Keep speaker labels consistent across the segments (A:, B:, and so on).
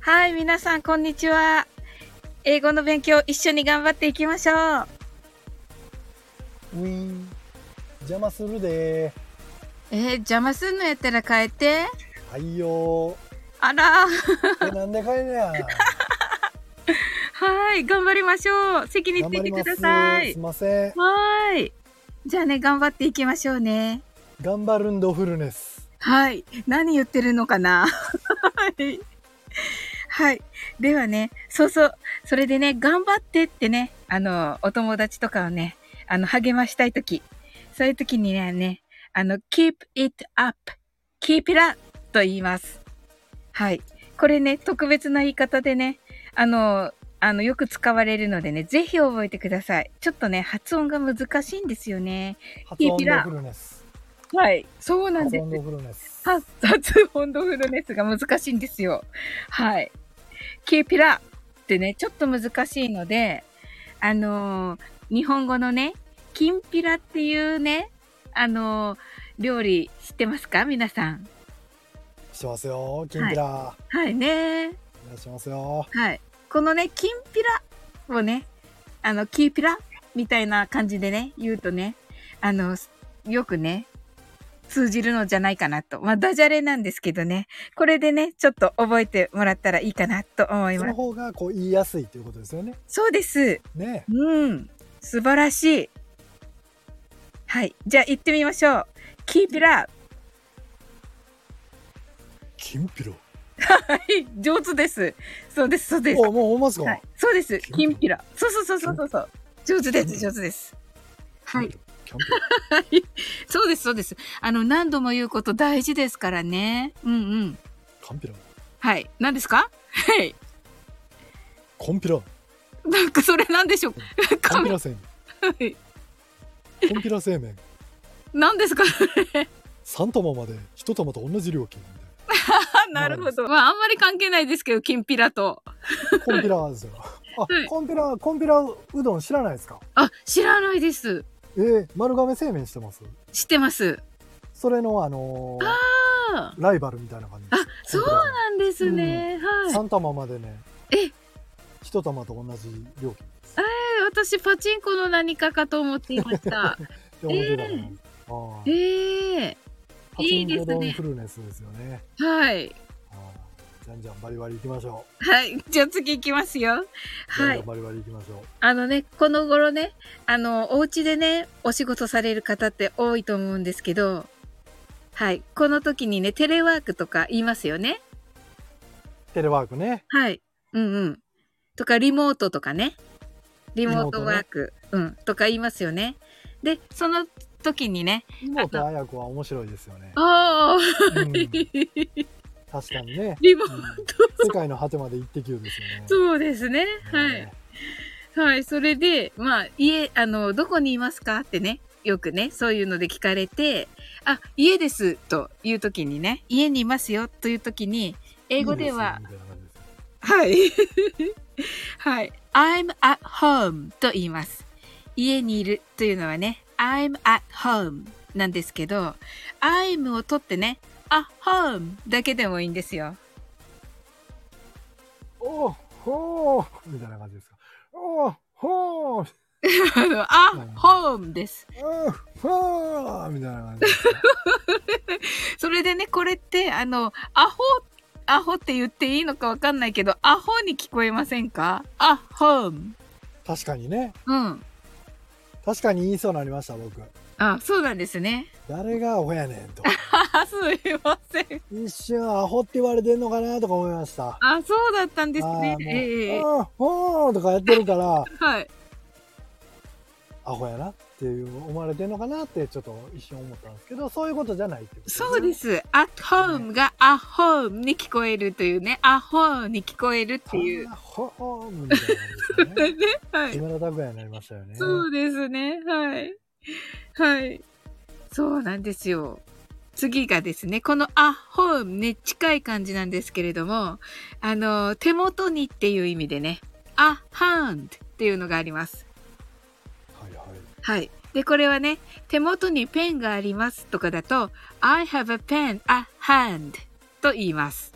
A: はい、皆さん、こんにちは。英語の勉強、一緒に頑張っていきましょう。
B: ウィーン邪魔するで
A: えー邪魔すんのやったら変えて。
B: はいよ
A: あら、
B: ーえなんで帰ん ねや
A: はい、頑張りましょう。席に行ってきてくださ
B: す
A: い
B: すい。ません
A: はーい。じゃあね、頑張っていきましょうね。
B: 頑張るんどフルネス
A: はい。何言ってるのかな はい。はい。ではね、そうそう。それでね、頑張ってってね、あの、お友達とかをね、あの、励ましたいとき、そういうときにね、ね、あの、keep it up, keep it up と言います。はい。これね、特別な言い方でね、あの、あの、よく使われるのでね、ぜひ覚えてください。ちょっとね、発音が難しいんですよね。
B: 発音どフルネス
A: はい。そうなん
B: 発
A: です
B: 音。どフルネス
A: 発達本土フルネスが難しいんですよ。はい。キーピラってね、ちょっと難しいので、あのー日本語のね、きんぴらっていうね、あのー料理知ってますか皆さん。
B: してますよきんぴら、
A: はいね。
B: お願いしますよ
A: はい。このね、きんぴらをね、あの、きーぴらみたいな感じでね、言うとね、あの、よくね、通じるのじゃないかなと。まあ、ダジャレなんですけどね。これでね、ちょっと覚えてもらったらいいかなと思い
B: そ
A: ま
B: の
A: す。
B: 方がこう言いやすいということですよね
A: そうです。
B: ね
A: うん。素晴らしい。はい。じゃあ行ってみましょう。きーぴら。
B: きんぴら
A: はい。上手です。そうです、そうです。
B: おもうほんまっすか、
A: はい。そうです。き
B: き
A: ん
B: ん
A: ぴ
B: ぴ
A: ら。そうそうそうそうそうそう。上手です、上手です。はい。
B: きんぴら
A: そうです、そうです。あの、何度も言うこと大事ですからね。うんうん。
B: きんぴら
A: はい。何ですかはい。
B: きんぴら
A: なんかそれ何でしょう
B: きんぴ
A: か
B: ら製
A: はい
B: 麺きんぴら製麺
A: 何ですか
B: 三玉まで一玉と同じ料金
A: あなるほど。まあ、あんまり関係ないですけど、きんぴらと。
B: コンピラーですよ。あ、
A: はい
B: コンピラー、コンピラーうどん知らないですか。
A: あ、知らないです。
B: えー、丸亀製麺してます。
A: 知ってます。
B: それのあのー
A: あー
B: ライバルみたいな感じです。
A: そうなんですね。はい。
B: 三玉までね、
A: え、
B: 一玉と同じ料金
A: 私、パチンコの何かかと思っていました。
B: って思ってたからね。あー
A: ええ
B: パ
A: い
B: チ
A: い
B: ン
A: で
B: コ
A: す
B: 丼
A: ね
B: フルネスですよね。
A: はい。
B: あーじゃんじゃんバリバリ行きましょ
A: はい。じゃあ次行きますよ。
B: う。じゃん
A: は
B: じ
A: い
B: ゃん。バリバリ行きましょ
A: あのね、この頃ね、あの、お家でね、お仕事される方って多いと思うんですけど、はい。この時にね、テレワークとか言いますよね。
B: う。テレワークね。
A: はい。うんうん。とか、リモートとかね。リモート
B: リモートね
A: ワーク、うん。とか言いますよね。で、その時にね、
B: 妹綾子は面白いですよね。
A: ああ、
B: うん、確かにね。
A: リモー
B: う
A: ト、
B: ん世界の果てまで行ってきるですよね。
A: そうですね。はい。
B: ね
A: はい、それで、まあ、家、あの、どこにいますかってね、よくね、そういうので聞かれて、あ、家ですという時にね、家にいますよという時に、英語では、
B: いいすねみたいな感じですよ
A: はい。はい。I'm at home と言います。家にいるというのはね、I'm at home なんですけど、I'm を取ってね、at home だけでもいいんですよ。
B: おーほーみたいな感じですか。おーほー
A: あの at home です。
B: うんほーみたいな感じですか。
A: それでね、これって、あの、アホ、アホって言っていいのかわかんないけど、アホに聞こえませんかアホーム。
B: 確かにね。
A: うん。
B: 確かに言いそうになりました、僕。
A: あ、そうなんですね。
B: 誰がアホやねんと。
A: あ、 すいません。
B: 一瞬アホって言われてんのかなとか思いました。
A: あ、そうだったんですね。
B: あーもう
A: ええ
B: うんほーとかやってるから、
A: はい。
B: アホやなっていう思われてんのかなってちょっと一瞬思ったんですけど、そういうことじゃないってこと
A: そうですす。at home がアホームに聞こえるというね、アホーに聞こえるってい
B: ね。
A: う。
B: あーほーみたいな感じですよ
A: ね、
B: ね。
A: はい
B: 木。村拓哉になりましたよね。
A: そうですね。はい。はい。そうなんですよ。次がですね、このアホームね、近い感じなんですけれども、あの、手元にっていう意味でね、アハン d っていうのがあります。
B: はいはい。
A: はい。で、これはね、手元にペンがありますとかだと、I have a pen at hand と言います。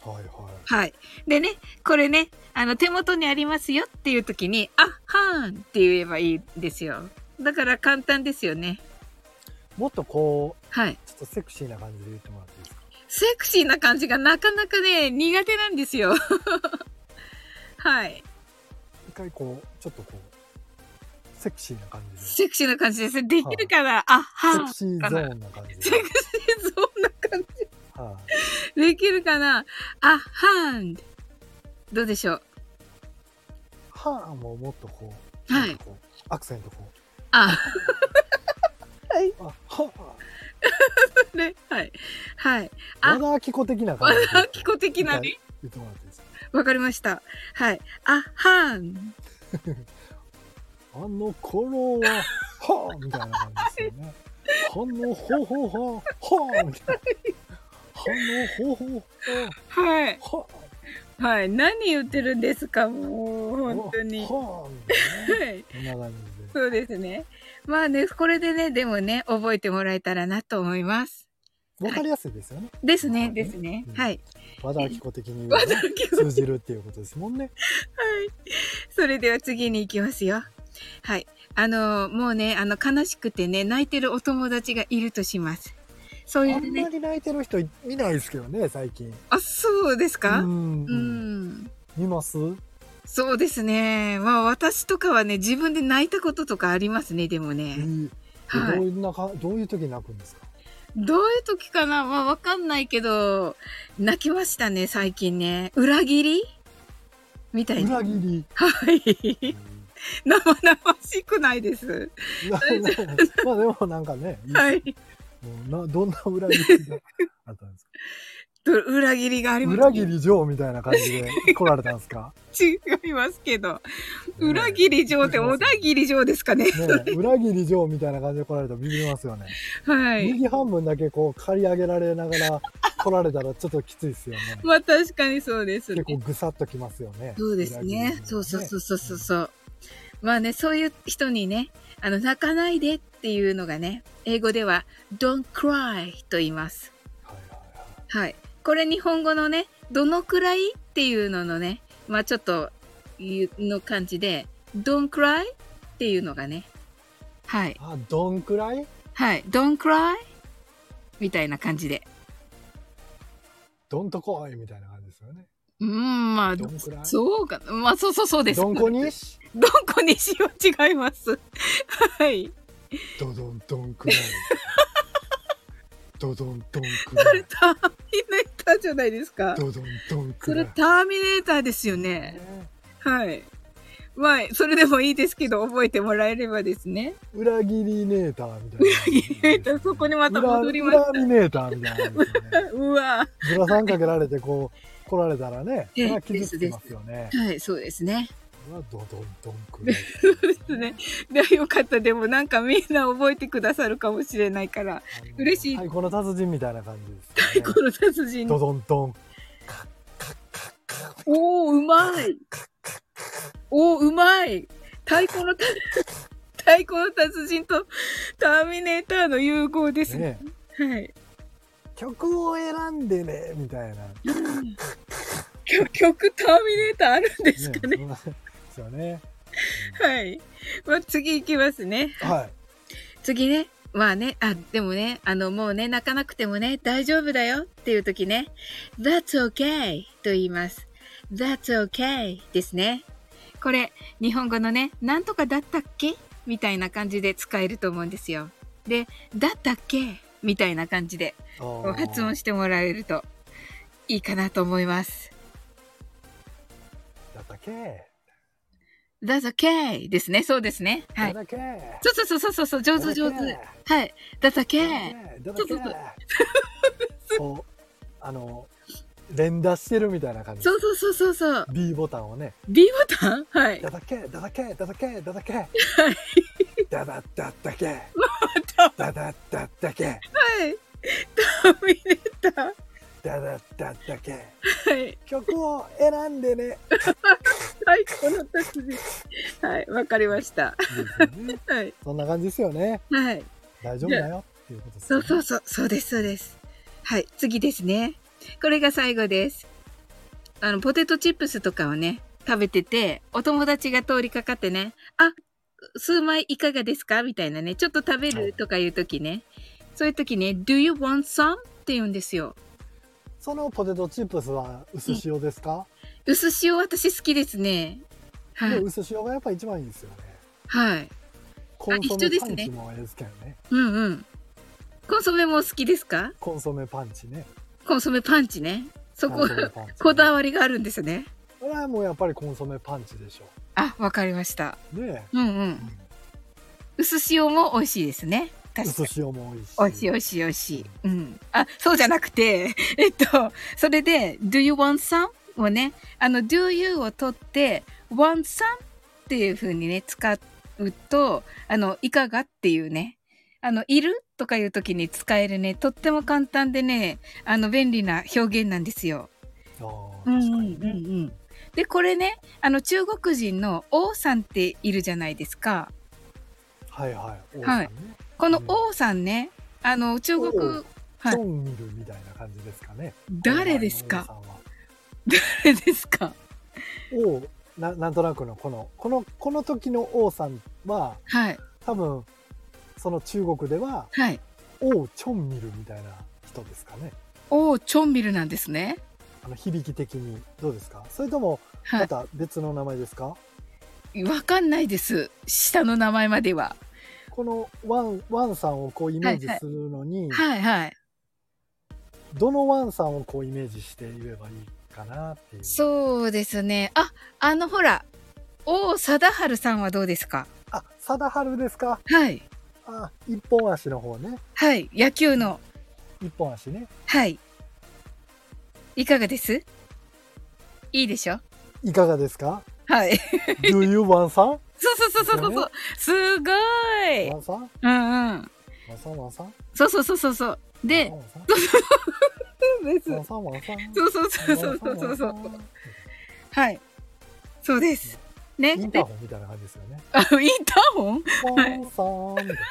B: はいは
A: はい。でね、これね、あの、手元にありますよっていう時に、あはーんって言えばいいんですよ。だから簡単ですよね。
B: い。もっとこう、
A: はい。
B: ちょっとセクシーな感じで言ってもらっていいですか
A: セクシーな感じがなかなかね、苦手なんですよ。 はい。
B: 一回こう、ちょっとこう、セクシーな感じで。セ
A: セクシーな感じですね。できるかな、あは
B: ク
A: ー
B: シーゾーンな感じ
A: セ
B: で
A: ク。シーゾーンな感じ。
B: は
A: できるかなあはーん。どうでしょう
B: い。はあ、もうもっとこう、
A: はい
B: なんかこうアクセントこ
A: あ、
B: う、あ、は
A: ね、はい。はい。
B: あ、
A: あ
B: 和田アキ子的な
A: 和
B: 感じで。
A: 田アキ子的な
B: は
A: ね
B: い。言ってもらっていいですか
A: わかりました。はい。あはーん。
B: あの頃は、はあみたいな感じですよね。はのほほほ、はあみたいな。はのほほ
A: はい。
B: ほ、は
A: はい。何言ってるんですか、もう、
B: あ。
A: 本当に。は
B: はあみたいなね。
A: い。
B: こんな感じで。
A: そうですね。まあね、これでね、でもね、覚えてもらえたらなと思います。
B: わかりやすいですよね。
A: ですね、
B: はい
A: ですね
B: う。ん
A: はい。
B: 和田アキ子的に言うとね通じるっていうことですもんね。
A: それでは次に行きますよ。はい。あの、もうね、あの、悲しくてね、泣いてるお友達がいるとします。そうい
B: あ
A: うんね
B: ま、り泣いてる人い見ないですけどね、最近。
A: あ、そうです
B: う
A: かうんん。
B: 見ます
A: そうですね。まあ、私とかはね、自分で泣いたこととかありますね、でも
B: え
A: ね。
B: ー
A: はい
B: どういうなかどういう時泣くんですか
A: どういう時かなまあ、わかんないけど、泣きましたね、最近ね。裏切りみたいな。
B: 裏切り。
A: はい。生々しくないです。
B: まあでもなんかね、いい
A: はい。
B: もうなどんな裏切りがあったんですか
A: と裏切りがあります、
B: 裏切り嬢みたいな感じで来られたんですか
A: 違いますけど。 裏切り嬢って小田切り嬢ですかね。
B: ねえ裏切り嬢みたいな感じで来られたらビビりますよね、
A: はい。
B: 右半分だけこう刈り上げられながら来られたらちょっときついですよね、
A: まあ確かにそうですね
B: 結。構ぐさっときますよね
A: そうですね。そうそうそうそうそう
B: そ
A: そう。まあね、そういう人にね、あの、泣かないでっていうのがね、英語では don't cry と言います。
B: はいはい
A: はい。これ日本語のね、どのくらいっていうののね、まあちょっと、いうの感じで、don't cry っていうのがね、はい。
B: はいあどんくらい
A: はい。don't cry みたいな感じで。
B: どんとこいみたいな感じですよね
A: うん、まあ、
B: どんくらい
A: そうかな。まあそうそうそうです。
B: どんこにし
A: どんこにしよう違います。 はい。
B: どどんどん くらいどどんどんくらい
A: ターミネーターじゃないですか。
B: どどんどん
A: そ
B: くら
A: れ
B: い
A: ターミネーターですよね。はい。まあ、それでもいいですけど、覚えてもらえればですね。
B: 裏切りネーターみたいな、
A: 裏切りネーターそこにまた戻りました
B: 裏裏切りネーターみたいなのですよね。
A: うわ
B: ぶらさんかけられてこう来られたらね、そ
A: ええ
B: れは傷つきますよね。
A: はい、そうですね。
B: それはドドンドンくらい。
A: そうですね。で、よかった。でもなんかみんな覚えてくださるかもしれないから、
B: あの
A: 嬉しい
B: 太鼓の達人みたいな感じです、ね
A: こ。の殺人。
B: ドドンドン。
A: おー、うまい。おー、うまい。太鼓のた、 太鼓の達人とターミネーターの融合ですね。
B: ね、
A: はい。
B: 曲を選んでねみたいな。
A: 曲曲ターミネーターあるんですかね。
B: そんなですよね。
A: はい。まあ、次行きますね。
B: はい。
A: 次ね。まあね、あ、でもね、あの、もうね、泣かなくてもね、大丈夫だよっていう時ね、That's okay と言います。That's okay ですね。これ、日本語のね、なんとかだったっけみたいな感じで使えると思うんですよ。で、だったっけみたいな感じで
B: あー
A: 発音してもらえるといいかなと思います。
B: だったっけ。
A: That's okay ですね。そうですね。はい
B: だっ。たっけ。
A: そうそうそうそうそう上手上手。はい。だったけ。
B: だっ
A: ちょ
B: た
A: っ
B: っ
A: と
B: け。こうあの連打してるみたいな感じ。
A: そうそうそうそうそう。
B: B ボタンをね。
A: B ボタンはい。
B: だだけだだけだだけだだけだだだだけだだだだけ
A: はい。 ターミネーター。
B: だだだだけ
A: はい。
B: 曲を選んでね
A: 最高の達人。はい。わかりました。はい。
B: そんな感じですよね
A: はい。
B: 大丈夫だよっていうことです
A: そ
B: よ
A: う
B: ね
A: そうそう。そうです、そうです。はい。次ですね。これが最後です。あの、ポテトチップスとかをね、食べてて、お友達が通りかかってね、あ、数枚いかがですかみたいなね、ちょっと食べ
B: はい
A: るとかいう時ね、そういう時ね、do you want some? って言うんですよ。
B: そのポテトチップスは薄塩ですか、
A: 薄塩私好きですね。は
B: で
A: い。
B: 薄塩がやっぱ一番いいですよね
A: はい。
B: コンソ
A: 一緒
B: メ
A: です
B: パ
A: ね
B: ンチもええですけどね
A: うんうん。コンソメもお好きですか
B: コンソメパンチね
A: コンソメパンチね。そこ
B: コンソメパンチ、
A: こだわりがあるんですね。
B: これはもうやっぱりコンソメパンチでしょ
A: あ、わかりました。
B: うね
A: うんう
B: え、
A: ん。薄塩も美味しいですね。
B: うん、
A: 確か
B: 薄
A: に。
B: 塩もいいし
A: 美味しい美味しい美味しい。うん。あ、そうじゃなくて、 えっと、それで、do you want some? をね、あの、do you を取って、want some? っていう風にね、使うと、あの、いかがっていうね、あの、いるとかいう時に使えるね、とっても簡単でね、あの、便利な表現なんですよ。
B: あー
A: うんう
B: 確
A: ん
B: か
A: うん
B: にね、
A: うんでこれねあの中国人の王さんっているじゃないですか
B: はいはい王さん
A: はい
B: ね、
A: この
B: うん
A: 王さんねあの中国
B: 王
A: はい
B: ジョンミルみたいな感じですかね
A: 誰ですか
B: この
A: 誰ですか
B: 王さんは王ななんとなくのこのこのこの時の王さんは
A: はい
B: 多分その中国では
A: はい
B: 王チョンミルみたいな人ですかね
A: 王チョンビルなんですね
B: あの響き的にどうですかそれとも
A: は
B: また別の名前ですか、
A: いわかんないです下の名前までは
B: このワンワンさんをこうイメージするのに、
A: はいはい
B: どのワンさんをこうイメージして言えばいいかなっていう
A: そうですねああのほら王貞治さんはどうですか
B: あ貞治ですか
A: はい
B: あ一本足の方ね
A: はい野球の
B: 一本足ね
A: はいいかがですいいでしょ
B: いかがで すか
A: はい
B: Do you want some?
A: そうそうそうそうそうそう。すごい。
B: ワンさん
A: うんうん。
B: ワンさんワンさん
A: そうそうそうそうそう。で、
B: ワンさん
A: です
B: ワンさんワンさん
A: そうそうそうそうそうそうそう。はい。そうです。ね。
B: インターホンみたいな感じですよね。
A: あインターホン？
B: ワンさんみたいな。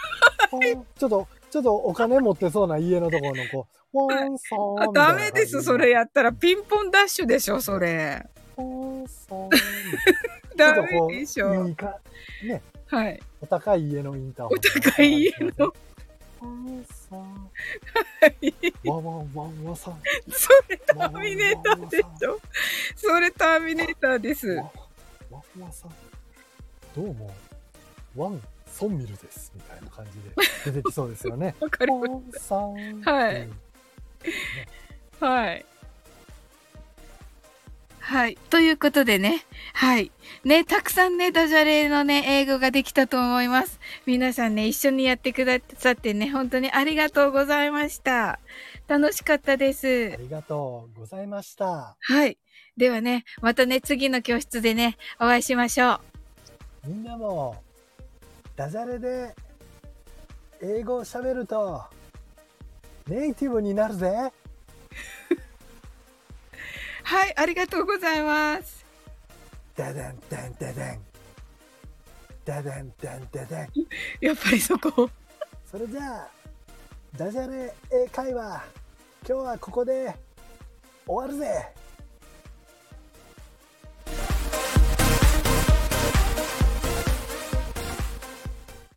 B: ワンちょっと、ちょっとお金持ってそうな家のところのこう、ワンさん
A: あ
B: みたい
A: ダ
B: な感じ
A: メです。それ。やったらピンポンダッシュでしょ。それ。
B: ワンさん。ちょっ
A: ダ
B: とこ
A: メでし
B: う、
A: ょ
B: い。いか、
A: はい。
B: お高い家のインターホン。
A: お高い家の。
B: ワンさん。
A: はい
B: ワンワンワンワンさん。
A: それターミネーターでしょ。それターミネーターです。
B: ワ。ンワンワンさん。どうも、ワン、ソンミルです。みたいな感じで出てきそうですよね
A: わかりま
B: ワンさん。
A: はい
B: うん
A: す。はい。はい。ということでね。はい。ね、たくさんね、ダジャレのね、英語ができたと思います。皆さんね、一緒にやってくださってね、本当にありがとうございました。楽しかったです
B: あ。りがとうございました。
A: はい。ではね、またね、次の教室でね、お会いしましょう。
B: みんなもダジャレで英語をしゃべるとネイティブになるぜ
A: はい、ありがとうございます。
B: ダダンダンダダンダダンダンダダン
A: やっぱりそこ。
B: それじゃあダジャレ英会話今日はここで終わるぜ